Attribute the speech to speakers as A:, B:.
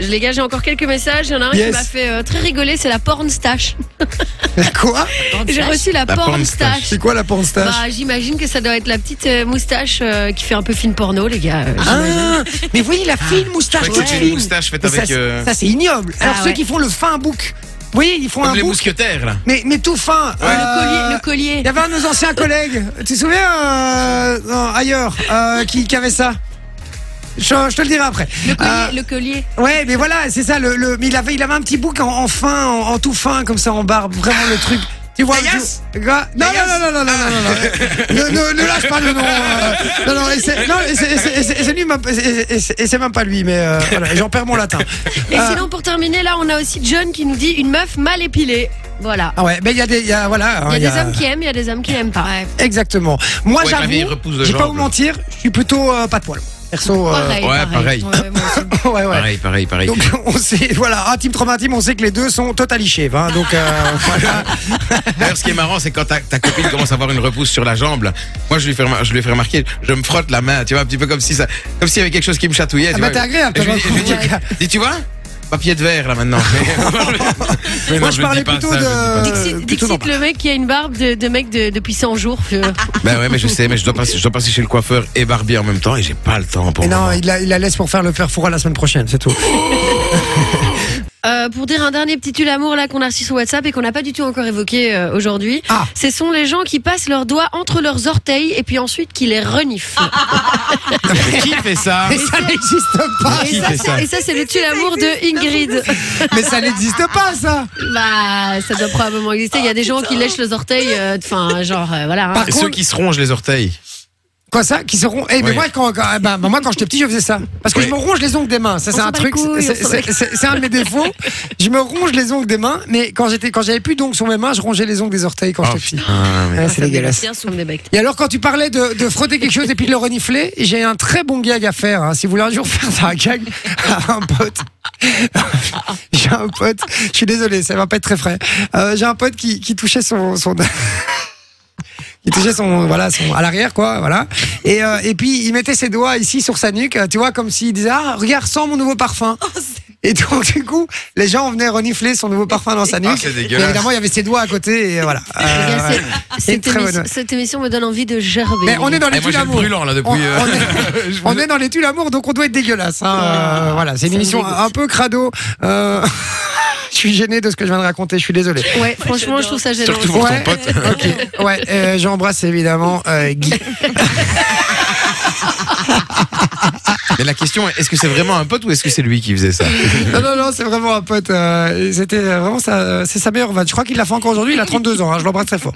A: Les gars, j'ai encore quelques messages. Il y en a un
B: Yes.
A: qui m'a fait euh, très rigoler, c'est la pornstache.
B: La quoi
A: J'ai reçu la,
C: La
A: pornstache.
B: C'est quoi la pornstache
A: Ah, Bah, j'imagine que ça doit être la petite euh, moustache euh, qui fait un peu film porno, les gars. Euh,
B: Ah, mais oui, la fine moustache
C: Je crois que
B: toute
C: c'était une
B: fine.
C: moustache faite
B: Mais ça,
C: avec, euh,
B: ça, c'est ignoble. Alors
A: Ah,
B: ceux
A: ouais.
B: qui font le fin bouc, vous voyez, ils font
C: Comme
B: un
C: les
B: bouc,
C: mousquetaires, là.
B: mais, mais tout fin. Euh,
A: Le collier, le
B: Il y
A: collier.
B: avait un de nos anciens collègues, tu te souviens, euh, non, ailleurs, euh, qui, qui avait ça je, je te le dirai après.
A: Le collier,
B: Euh,
A: le collier.
B: ouais, mais voilà, c'est ça. Le, le- mais il avait, il avait un petit bouc en, en fin, en, en tout fin, comme ça, en barbe, vraiment le truc. Tu vois
C: Dayas
B: tu- Quoi non, non, non, non, non, non, non, non, Ne- Ne, ne lâche pas le nom. euh, non, non, et c'est, non, et c'est- et c'est- et c'est- et c'est lui, même- et c'est- et c'est- et c'est même pas lui, mais euh, voilà, j'en perds mon latin.
A: Et
B: Euh,
A: sinon, pour terminer, là, on a aussi John qui nous dit une meuf mal épilée. Voilà.
B: ah ouais, mais il y a des, il y a, voilà. hein,
A: Il y a des hommes qui aiment, il y a des hommes qui aiment pas.
B: Exactement. Moi,
C: Ouais, la vie
B: j'avoue,
C: repousse de
B: j'ai pas
C: genre,
B: vous mentir, je suis plutôt euh, pas de poil. Perso. euh,
A: Pareil,
C: ouais,
A: pareil.
C: pareil.
A: Ouais, moi aussi.
B: ouais, ouais.
C: Pareil, pareil, pareil.
B: Donc on sait, voilà, intime traumatisme, on sait que les deux sont total chèvres, hein, donc euh, voilà.
C: D'ailleurs, ce qui est marrant, c'est quand ta, ta copine commence à avoir une repousse sur la jambe, là, moi, je lui, fais remar- je lui fais remarquer, je me frotte la main, tu vois, un petit peu comme si ça, comme s'il y avait quelque chose qui me chatouillait.
B: Ah
C: tu
B: bah,
C: vois.
B: t'es agréable,
C: Et je
B: t'as
C: lui dis- je lui dis,
B: remarqué.
C: dis, tu vois, papier de verre, là, maintenant. Mais non,
B: Moi
C: le
B: je
C: dis
B: parlais
C: pas,
B: plutôt
C: ça, je le dis pas.
B: de.
A: Dixit,
B: plutôt
A: Dixit,
B: non.
A: le mec qui a une barbe de, de mec de- depuis 100 jours. je-
C: Ben ouais, mais je sais, mais je dois passer, je dois passer chez le coiffeur et barbier en même temps et j'ai pas le temps pour.
B: Mais
C: le
B: non,
C: moment.
B: il la, il la laisse pour faire le perfora la semaine prochaine, c'est tout.
A: Ah Euh, pour dire un dernier petit tue-l'amour là qu'on a reçu sur WhatsApp et qu'on n'a pas du tout encore évoqué euh, aujourd'hui,
B: Ah.
A: ce sont les gens qui passent leurs doigts entre leurs orteils et puis ensuite qui les reniflent.
C: Mais qui fait ça
B: Mais ça n'existe pas.
C: Qui fait ça
A: Et ça, c'est le tue-l'amour de Ingrid.
B: Mais ça n'existe pas, ça.
A: bah, ça doit probablement exister. Il y a des gens qui lèchent les orteils, euh, enfin, genre, euh, voilà. hein.
B: Par
C: Et
B: contre-
C: ceux qui se rongent les orteils.
B: Quoi ça Qui seront Eh mais
C: Oui.
B: moi quand, quand- bah, bah, moi quand j'étais petit, je faisais ça parce que
C: Oui.
B: je me ronge les ongles des mains. Ça c'est
A: s'en
B: un
A: bat les
B: truc,
A: couilles,
B: c'est-
A: on s'en bat les
B: c'est- c'est c'est un de mes défauts. Je me ronge les ongles des mains, mais quand j'étais quand j'avais plus d'ongles sur mes mains, je rongeais les ongles des orteils quand
C: Oh,
B: j'étais petit.
C: putain, mais-
B: Ouais,
A: Ah,
B: c'est
A: ça me dégoûte
B: dégueulasse.
A: bien, ça me débecte.
B: Et alors, quand tu parlais de, de frotter quelque chose et puis de le renifler, j'ai un très bon gag à faire. hein. Si vous voulez un jour faire un gag à un pote, j'ai un pote, je suis désolé, ça va pas être très frais. Euh, j'ai un pote qui, qui touchait son. son qui touchait son. Voilà, son, à l'arrière, quoi, voilà. Et, euh, et puis, il mettait ses doigts ici sur sa nuque, euh, tu vois, comme s'il disait Ah, regarde, sens mon nouveau parfum.
C: Oh,
B: Et donc, du coup, les gens venaient renifler son nouveau parfum dans sa nuque.
C: Ah, c'est
B: Et
C: dégueulasse.
B: évidemment, il y avait ses doigts à côté, et voilà.
A: Les
B: Euh,
A: gars, c'est- cette,
B: très
A: émission,
B: bonne.
A: cette émission me donne envie de gerber.
B: mais on est dans
C: Eh,
B: les
C: moi
B: tuiles
C: j'ai le
B: d'amour.
C: brûlant là depuis.
B: On,
C: euh,
B: on est, on est dans les tuiles l'amour, donc on doit être dégueulasse. hein. Euh, voilà, c'est une
A: Ça me
B: émission
A: dégoûte.
B: un peu crado. Euh, je suis gêné de ce que je viens de raconter, je suis désolé.
A: Ouais, franchement, je trouve ça gênant.
C: Surtout
A: aussi.
C: pour ton pote.
B: Ok, ouais, euh, j'embrasse évidemment euh, Guy.
C: Mais la question est, est-ce que c'est vraiment un pote ou est-ce que c'est lui qui faisait ça
B: Non, non, non, c'est vraiment euh, un pote. euh, C'était vraiment sa, c'est sa meilleure vanne. Je crois qu'il l'a fait encore aujourd'hui, il a 32 ans, hein, je l'embrasse très fort.